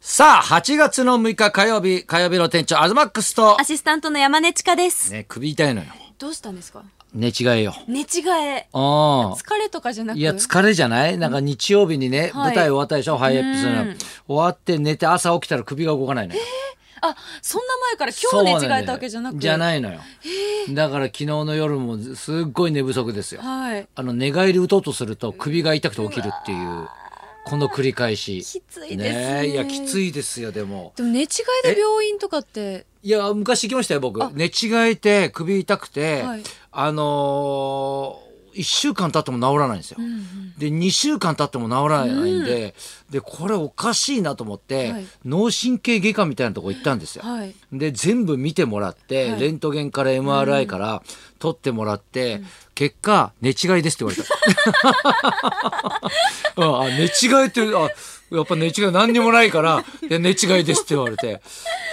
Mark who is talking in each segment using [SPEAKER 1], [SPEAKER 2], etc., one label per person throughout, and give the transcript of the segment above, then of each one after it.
[SPEAKER 1] さあ、8月の6日火曜日、火曜日の店長、アズマックスと
[SPEAKER 2] ア、シスタントの山根千佳です。
[SPEAKER 1] ね、首痛いのよ。
[SPEAKER 2] どうしたんですか
[SPEAKER 1] 寝違えよ。
[SPEAKER 2] 寝違え。
[SPEAKER 1] ああ。
[SPEAKER 2] 疲れとかじゃなく
[SPEAKER 1] いや、疲れじゃないなんか日曜日にね、
[SPEAKER 2] はい
[SPEAKER 1] 舞台終わったでしょ、ハイエップス
[SPEAKER 2] う
[SPEAKER 1] の
[SPEAKER 2] ん。
[SPEAKER 1] 終わって寝て朝起きたら首が動かないのよ。
[SPEAKER 2] あ、そんな前から今日寝違えたわけじゃなく
[SPEAKER 1] じゃ
[SPEAKER 2] い。
[SPEAKER 1] ないのよ。だから昨日の夜もすっごい寝不足ですよ。
[SPEAKER 2] はい。
[SPEAKER 1] あの、寝返り打とうとすると首が痛くて起きるっていう、この繰り返し。
[SPEAKER 2] きついですね
[SPEAKER 1] えいや、きついですよ、でも。
[SPEAKER 2] でも寝違いで病院とかって、
[SPEAKER 1] いや、昔行きましたよ、僕
[SPEAKER 2] あ。
[SPEAKER 1] 寝違えて、首痛くて、
[SPEAKER 2] はい
[SPEAKER 1] あのー、1週間経っても治らないんですよ。
[SPEAKER 2] うんうん
[SPEAKER 1] で、2週間経っても治らないんで、で、これおかしいなと思って、
[SPEAKER 2] はい
[SPEAKER 1] 脳神経外科みたいなとこ行ったんですよ。
[SPEAKER 2] はい。
[SPEAKER 1] で全部見てもらって、
[SPEAKER 2] はい
[SPEAKER 1] レントゲンから MRI から取ってもらって、結果寝違いですって言われた、 うん、あ寝違いってあやっぱ寝違い何にもないからいや寝違いですって言われてい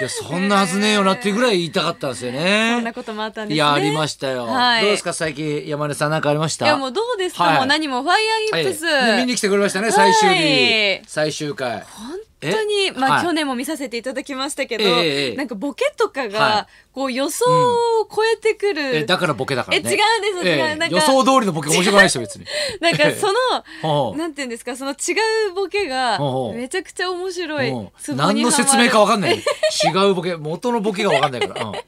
[SPEAKER 1] やそんなはずねえよなっていうぐらい言いたかったんですよね。
[SPEAKER 2] そんなこともあったんですね。
[SPEAKER 1] いやありましたよ、
[SPEAKER 2] はい
[SPEAKER 1] どうですか最近山根さん何かありました
[SPEAKER 2] いやもうどうですか、
[SPEAKER 1] はい
[SPEAKER 2] もう何も、ファイアーイップス。
[SPEAKER 1] はいね見に来てくれましたね最終日、
[SPEAKER 2] はい
[SPEAKER 1] 最終回
[SPEAKER 2] 本当に、
[SPEAKER 1] え
[SPEAKER 2] まあ、
[SPEAKER 1] はい
[SPEAKER 2] 去年も見させていただきましたけど、
[SPEAKER 1] ええええ
[SPEAKER 2] なんかボケとかが、
[SPEAKER 1] は
[SPEAKER 2] こう予想を超えてくる、
[SPEAKER 1] えだからボケだからね
[SPEAKER 2] え違うんです違う
[SPEAKER 1] ええ
[SPEAKER 2] なんか
[SPEAKER 1] 予想通りのボケ面白くないですよ 別に
[SPEAKER 2] なんかそ
[SPEAKER 1] ほ
[SPEAKER 2] の
[SPEAKER 1] う
[SPEAKER 2] なんていうんですかその違うボケが
[SPEAKER 1] ほうほう
[SPEAKER 2] めちゃくちゃ面白い
[SPEAKER 1] もう
[SPEAKER 2] ツボ
[SPEAKER 1] 何
[SPEAKER 2] に
[SPEAKER 1] の
[SPEAKER 2] はまる
[SPEAKER 1] 説明か分かんないよ違うボケ元のボケが分かんないから、うん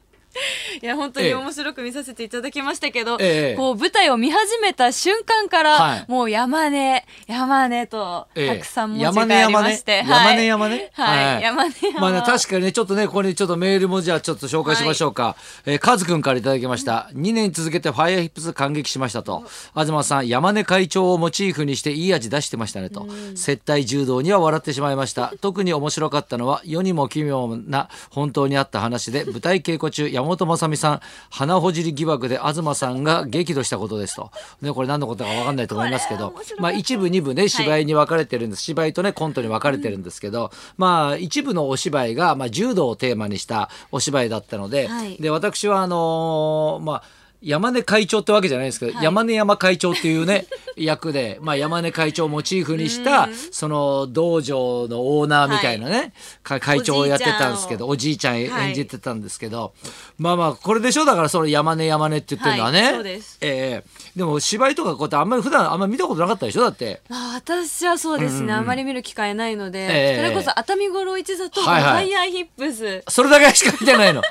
[SPEAKER 2] いや本当
[SPEAKER 1] え
[SPEAKER 2] に
[SPEAKER 1] え
[SPEAKER 2] 面白く見させていただきましたけど、
[SPEAKER 1] ええ
[SPEAKER 2] こう舞台を見始めた瞬間から、
[SPEAKER 1] はい
[SPEAKER 2] もう山根山根と
[SPEAKER 1] ええ
[SPEAKER 2] たくさん文字がありまして、
[SPEAKER 1] 山根山根、
[SPEAKER 2] はい、
[SPEAKER 1] はい
[SPEAKER 2] はい山根山
[SPEAKER 1] まあね、確かにねちょっとねここにちょっとメールもじゃあちょっと紹介しましょうか、えーカズくんからいただきました、2年続けてファイアヒップス感激しましたと東さん山根会長をモチーフにしていい味出してましたねと、接待柔道には笑ってしまいました特に面白かったのは世にも奇妙な本当にあった話で舞台稽古中山本雅美さん鼻ほじり疑惑で東さんが激怒したことですと、ね、これ何のことだか分かんないと思いますけど
[SPEAKER 2] これ面白かった
[SPEAKER 1] まあ一部二部ね芝居に分かれてるんです、芝居とねコントに分かれてるんですけど、まあ一部のお芝居が、まあ、柔道をテーマにしたお芝居だったので、
[SPEAKER 2] はい
[SPEAKER 1] で私はあのーまあ山根会長ってわけじゃないんですけど、
[SPEAKER 2] はい
[SPEAKER 1] 山根山会長っていう ね役で、まあ、山根会長をモチーフにしたその道場のオーナーみたいなね、か会長をやってたんですけどおじいちゃん演じてたんですけど、まあまあこれでしょだからその山根山根って言ってるのはね、
[SPEAKER 2] はいそうです
[SPEAKER 1] ええでも芝居とかこうやってあんまり普段あんまり見たことなかったでしょだって。
[SPEAKER 2] まあ私はそうですね、あまり見る機会ないので、
[SPEAKER 1] ええ
[SPEAKER 2] それこそ熱海五郎一座とフ
[SPEAKER 1] はいはい
[SPEAKER 2] ァイヤーヒップス、
[SPEAKER 1] それだけしか見て ないの。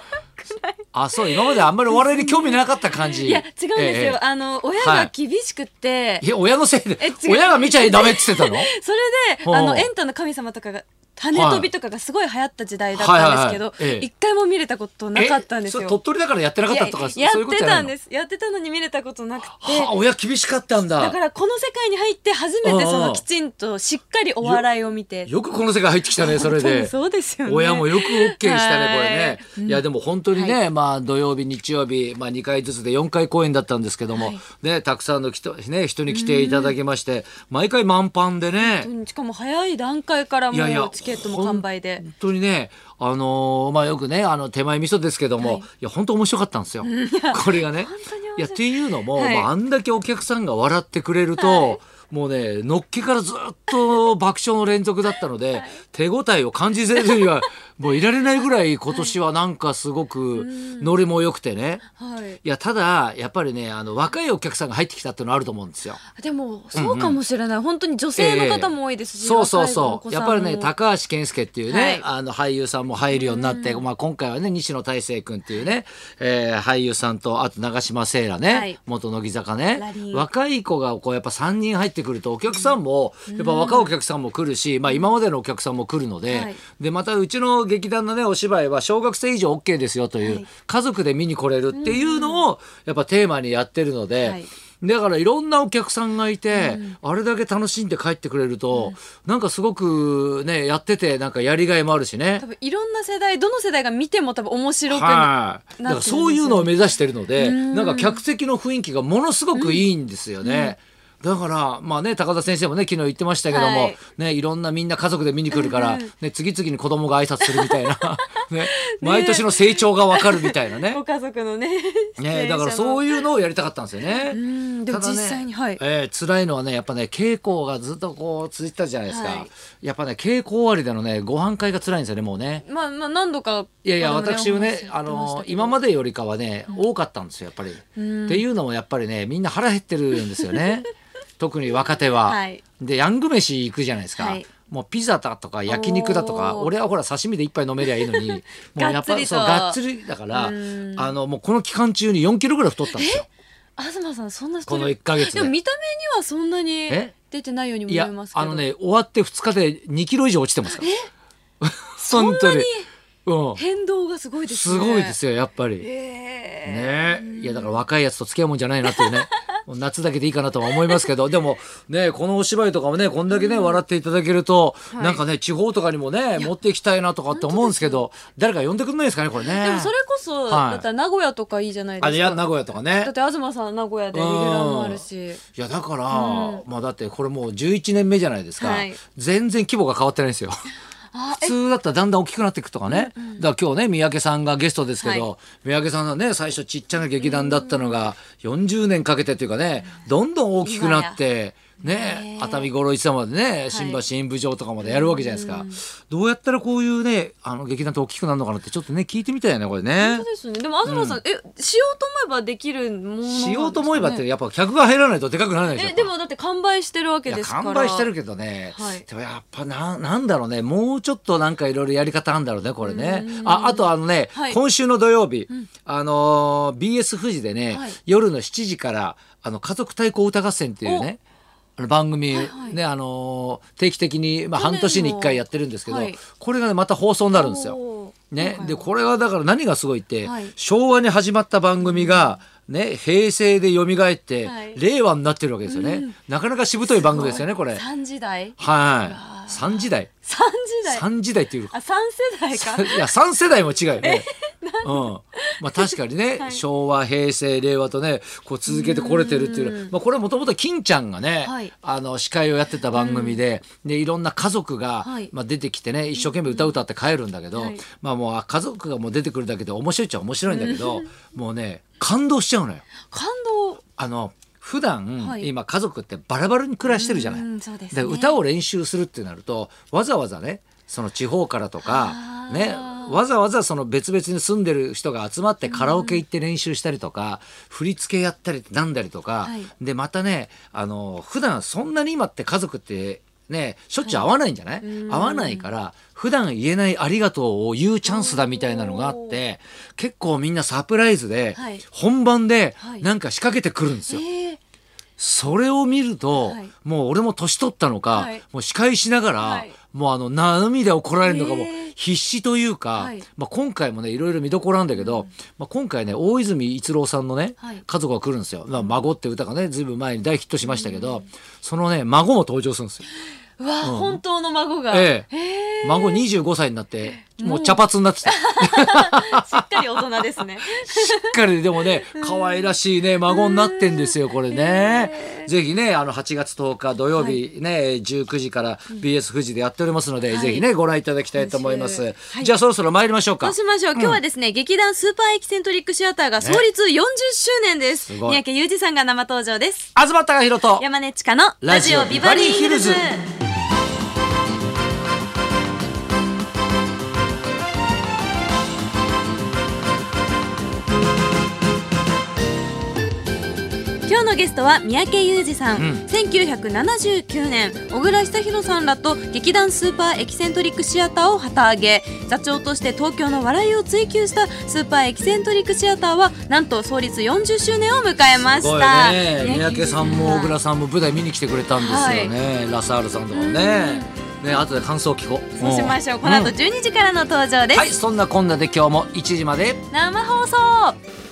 [SPEAKER 1] あ、そう、今まであんまりお笑いに興味なかった感じ。
[SPEAKER 2] いや違うんですよ、
[SPEAKER 1] ええ。
[SPEAKER 2] あの親
[SPEAKER 1] はい
[SPEAKER 2] が厳しくて、
[SPEAKER 1] いや、親のせいで
[SPEAKER 2] え違う、
[SPEAKER 1] 親が見ちゃダメって言ってたの
[SPEAKER 2] それで
[SPEAKER 1] ほう
[SPEAKER 2] あのエンタの神様とかが羽飛びとかがすごい流行った時代だったんですけど、
[SPEAKER 1] はいはいはいええ
[SPEAKER 2] 一回も見れたこと なかったんです
[SPEAKER 1] え
[SPEAKER 2] よ。
[SPEAKER 1] それ鳥取だからやってなかったとか、
[SPEAKER 2] い
[SPEAKER 1] そう
[SPEAKER 2] や
[SPEAKER 1] いう
[SPEAKER 2] やっ
[SPEAKER 1] こと
[SPEAKER 2] て
[SPEAKER 1] じゃ
[SPEAKER 2] た
[SPEAKER 1] ない
[SPEAKER 2] ん
[SPEAKER 1] の
[SPEAKER 2] ですやってたのに見れたことなくて
[SPEAKER 1] はあ、親厳しかったん
[SPEAKER 2] だ
[SPEAKER 1] だ
[SPEAKER 2] か。らこの世界に入って初めてそ
[SPEAKER 1] ああ
[SPEAKER 2] のきちんとしっかりお笑いを見て
[SPEAKER 1] よくこの世界入ってきたね、それ
[SPEAKER 2] 本当
[SPEAKER 1] で
[SPEAKER 2] に。そうですよね
[SPEAKER 1] 親もよく OK したね、これね。
[SPEAKER 2] はい
[SPEAKER 1] いや、でも本当にね、まあ土曜日、日曜日、まあ2回ずつで4回公演だったんですけども、
[SPEAKER 2] はい
[SPEAKER 1] ね、たくさんの人,、ね、人に来ていただきまして、毎回満帆でね。
[SPEAKER 2] うんしかも早い段階からも
[SPEAKER 1] いやいや
[SPEAKER 2] うチケットも完売で
[SPEAKER 1] 本当にね、あのーまあよくね、あの手前味噌ですけども、い、や本当面白かったんですよ。これがね
[SPEAKER 2] 当に面白。い
[SPEAKER 1] いやっていうのも、
[SPEAKER 2] はい
[SPEAKER 1] まああんだけお客さんが笑ってくれると。もうね、のっけからずっと爆笑の連続だったので、手応えを感じせず にはもういられないぐらい今年はなんかすごくノリも良くてね、
[SPEAKER 2] はい
[SPEAKER 1] いやただやっぱりねあの若いお客さんが入ってきたっていうのはあると思うんですよ。
[SPEAKER 2] でもそうかもしれない、本当に女性の方も多いですし、
[SPEAKER 1] そうそう
[SPEAKER 2] 若いお
[SPEAKER 1] そ
[SPEAKER 2] 子
[SPEAKER 1] う
[SPEAKER 2] さ
[SPEAKER 1] や
[SPEAKER 2] ん
[SPEAKER 1] っ
[SPEAKER 2] も
[SPEAKER 1] ぱりね高橋健介っていうね、
[SPEAKER 2] はい
[SPEAKER 1] あの俳優さんも入るようになって、まあ、今回はね西野大成君っていうね、えー俳優さんとあと長嶋聖羅ね、
[SPEAKER 2] はい
[SPEAKER 1] 元乃木坂
[SPEAKER 2] ラリ
[SPEAKER 1] ね
[SPEAKER 2] ー
[SPEAKER 1] 若い子がこうやっぱ3人入ってくるとお客さんも、やっぱ若いお客さんも来るし、まあ、今までのお客さんも来るので、
[SPEAKER 2] はい
[SPEAKER 1] でまたうちの劇団のねお芝居は小学生以上 OK ですよという、
[SPEAKER 2] はい
[SPEAKER 1] 家族で見に来れるっていうのをやっぱテーマにやってるので。
[SPEAKER 2] はい
[SPEAKER 1] だからいろんなお客さんがいて、あれだけ楽しんで帰ってくれると、なんかすごくねやっててなんかやりがいもあるしね
[SPEAKER 2] 多。分いろんな世代どの世代が見ても多分面白くな
[SPEAKER 1] はい、だ
[SPEAKER 2] なってるんですよね
[SPEAKER 1] からそういうのを目指してるので
[SPEAKER 2] ん
[SPEAKER 1] なんか客席の雰囲気がものすごくいいんですよね。だからまあね高田先生もね昨日言ってましたけども、
[SPEAKER 2] はい
[SPEAKER 1] ねいろんなみんな家族で見に来るから、ね次々に子供が挨拶するみた いな、ね、毎年の成長がわかるみ たいなね。
[SPEAKER 2] ご家族のね
[SPEAKER 1] ね、だから
[SPEAKER 2] う
[SPEAKER 1] そういうのをやりたかったんですよね。
[SPEAKER 2] んでも
[SPEAKER 1] ただね
[SPEAKER 2] 実際にはい
[SPEAKER 1] えー辛いのはねやっぱね稽古がずっとこう続いてたじゃないですか、
[SPEAKER 2] はい
[SPEAKER 1] やっぱね稽古終わりでのねご飯会が辛いんですよねもうね。
[SPEAKER 2] まあまあ何度か
[SPEAKER 1] いやいや
[SPEAKER 2] あの
[SPEAKER 1] 私も
[SPEAKER 2] お
[SPEAKER 1] ね
[SPEAKER 2] 話ししてま
[SPEAKER 1] あ
[SPEAKER 2] した
[SPEAKER 1] の
[SPEAKER 2] けど
[SPEAKER 1] 今までよりかはね、多かったんですよやっぱり。っていうのもやっぱりねみんな腹減ってるんですよ ね特に若手は。
[SPEAKER 2] はい
[SPEAKER 1] でヤング飯行くじゃないですか。
[SPEAKER 2] はい
[SPEAKER 1] もうピザだとか焼肉だとか
[SPEAKER 2] おー
[SPEAKER 1] 俺はほら刺身で一杯飲めりゃいいのにもうやっぱ
[SPEAKER 2] がっつりと
[SPEAKER 1] そうがっつりだからあのもうこの期間中に4キロぐらい太ったんですよ。
[SPEAKER 2] 東さんそんな
[SPEAKER 1] この
[SPEAKER 2] 一
[SPEAKER 1] 1ヶ月で
[SPEAKER 2] でも見た目にはそんなに
[SPEAKER 1] え
[SPEAKER 2] 出てないようにも
[SPEAKER 1] い
[SPEAKER 2] 見え
[SPEAKER 1] や
[SPEAKER 2] ますけど
[SPEAKER 1] あのね終わって2日で2キロ以上落ちてますから 本当にうん
[SPEAKER 2] 変動がすごいです
[SPEAKER 1] す
[SPEAKER 2] ね
[SPEAKER 1] ごいですよやっぱりね
[SPEAKER 2] ええ
[SPEAKER 1] いやだから若いやつと付き合うもんじゃないなっていう ねもう夏だけでいいかなとは思いますけどでもねこのお芝居とかもねこんだけね笑っていただけると
[SPEAKER 2] い
[SPEAKER 1] なんかね地方とかにもね持っていきたいなとかって思うんですけど誰か呼んでくんないですかねこれね
[SPEAKER 2] でもそれこそ、
[SPEAKER 1] はい
[SPEAKER 2] だったら名古屋とかいいじゃないですか
[SPEAKER 1] あいや名古屋とかね
[SPEAKER 2] だって東さん名古屋でレギュラーもあるし
[SPEAKER 1] いやだから、まあだってこれもう11年目じゃないですか、
[SPEAKER 2] はい
[SPEAKER 1] 全然規模が変わってないんですよ。
[SPEAKER 2] あ
[SPEAKER 1] 普通だったらだんだん大きくなっていくとかね、だから今日ね三宅さんがゲストですけど、三宅さんがね最初ちっちゃな劇団だったのが40年かけてというかねどんどん大きくなって。ね、熱海五郎一さんまでね新橋演舞場とかまでやるわけじゃないですか、どうやったらこういうねあの劇団って大きくなるのかなってちょっとね聞いてみたいよねこれね
[SPEAKER 2] そうですよねでも東さん、えしようと思えばできるものなんですか
[SPEAKER 1] し
[SPEAKER 2] ね
[SPEAKER 1] ようと思えばってやっぱ客が入らないとでかくならないでしょ
[SPEAKER 2] えでもだって完売してるわけ
[SPEAKER 1] い
[SPEAKER 2] で
[SPEAKER 1] や
[SPEAKER 2] すから
[SPEAKER 1] 完売してるけどね、
[SPEAKER 2] はい
[SPEAKER 1] でもやっぱななんだろうねもうちょっとなんかいろいろやり方あんだろうねこれねああとあのね、
[SPEAKER 2] はい
[SPEAKER 1] 今週の土曜日、あのー BS 富士でね、
[SPEAKER 2] はい
[SPEAKER 1] 夜の7時からあの家族対抗歌合戦っていうねあの番組、
[SPEAKER 2] はい
[SPEAKER 1] ねあのー定期的に、まあ、
[SPEAKER 2] 去年
[SPEAKER 1] 半
[SPEAKER 2] の
[SPEAKER 1] 年に1回やってるんですけど、
[SPEAKER 2] はい
[SPEAKER 1] これがねまた放送になるんですよ。
[SPEAKER 2] よ
[SPEAKER 1] ね、でこれはだから何がすごいって、
[SPEAKER 2] はい
[SPEAKER 1] 昭和に始まった番組が、ね、平成で蘇って、
[SPEAKER 2] はい
[SPEAKER 1] 令和になってるわけですよね、なかなかしぶとい番組ですよねこれ
[SPEAKER 2] 三時代
[SPEAKER 1] はい3時代
[SPEAKER 2] 三時代
[SPEAKER 1] 3時代っていうか
[SPEAKER 2] あ三世代 か
[SPEAKER 1] いや3世代も違うよねうん、まあ確かにね、
[SPEAKER 2] はい
[SPEAKER 1] 昭和平成令和とねこう続けてこれてるっていうのはまあ、これもともと金ちゃんがね、
[SPEAKER 2] はい
[SPEAKER 1] あの司会をやってた番組で,、でいろんな家族が、
[SPEAKER 2] はい
[SPEAKER 1] まあ、出てきてね一生懸命歌歌って帰るんだけど、
[SPEAKER 2] はい
[SPEAKER 1] まあもうあ家族がもう出てくるだけで面白いっちゃ面白いんだけど、もうね感動しちゃうのよ。
[SPEAKER 2] 感動
[SPEAKER 1] あの普段、
[SPEAKER 2] はい
[SPEAKER 1] 今家族ってバラバラに暮らしてるじゃない。
[SPEAKER 2] うんそうです
[SPEAKER 1] で
[SPEAKER 2] ね
[SPEAKER 1] 歌を練習するってなるとわざわざねその地方からとか
[SPEAKER 2] あ、ー
[SPEAKER 1] ね、わざわざその別々に住んでる人が集まってカラオケ行って練習したりとか、振り付けやったりなんだりとか、
[SPEAKER 2] はい
[SPEAKER 1] でまたねあの普段そんなに今って家族ってねしょっちゅう会わないんじゃない、
[SPEAKER 2] うん
[SPEAKER 1] 会わないから普段言えない「ありがとう」を言うチャンスだみたいなのがあって結構みんなサプライズで、
[SPEAKER 2] はい
[SPEAKER 1] 本番で
[SPEAKER 2] はい
[SPEAKER 1] なんか仕掛けてくるんですよ。
[SPEAKER 2] ええ
[SPEAKER 1] それを見ると、
[SPEAKER 2] はい
[SPEAKER 1] もう俺も年取ったのか、
[SPEAKER 2] はい
[SPEAKER 1] もう司会しながら、
[SPEAKER 2] はい
[SPEAKER 1] もうあの涙をこらえるのがもう
[SPEAKER 2] へー
[SPEAKER 1] 必死というか、
[SPEAKER 2] はい
[SPEAKER 1] まあ、今回もねいろいろ見どころなんだけど、まあ、今回ね大泉逸郎さんのね、
[SPEAKER 2] はい
[SPEAKER 1] 家族が来るんですよ「まあ、孫」って歌がねずいぶん前に大ヒットしましたけど、そのね孫も登場するんですよ。
[SPEAKER 2] うわ、本当の孫が、
[SPEAKER 1] ええ
[SPEAKER 2] ええ
[SPEAKER 1] 孫25歳になってもう茶髪になってた。
[SPEAKER 2] しっかり大人で すね
[SPEAKER 1] しっかりでもね可愛らしいね孫になってんですよこれね、ぜひねあの8月10日土曜日ね、19時から BS 富士でやっておりますので、
[SPEAKER 2] い
[SPEAKER 1] ぜひねご覧いただきたいと思います、
[SPEAKER 2] 今週はい
[SPEAKER 1] じゃあそろそろ参りましょう
[SPEAKER 2] ど
[SPEAKER 1] か
[SPEAKER 2] うしましょう今日はですね、劇団スーパーエキセントリックシアターが創立40周年です
[SPEAKER 1] すごい
[SPEAKER 2] 三宅裕二さんが生登場です
[SPEAKER 1] 東貴博と
[SPEAKER 2] 山根千佳のラジオビバリーヒルズ。今日のゲストは三宅裕二さん、1979年小倉久弘さんらと劇団スーパーエキセントリックシアターを旗揚げ座長として東京の笑いを追求したスーパーエキセントリックシアターはなんと創立40周年を迎えまし
[SPEAKER 1] すごい
[SPEAKER 2] た、
[SPEAKER 1] ね三宅さんも小倉さんも舞台見に来てくれたんですよね、ラサールさんとかもね、ね後で感想を聞こう
[SPEAKER 2] そうしましょう。この後
[SPEAKER 1] ん
[SPEAKER 2] 12時からの登場です。
[SPEAKER 1] はいそんなこんなで今日も1時まで
[SPEAKER 2] 生放送。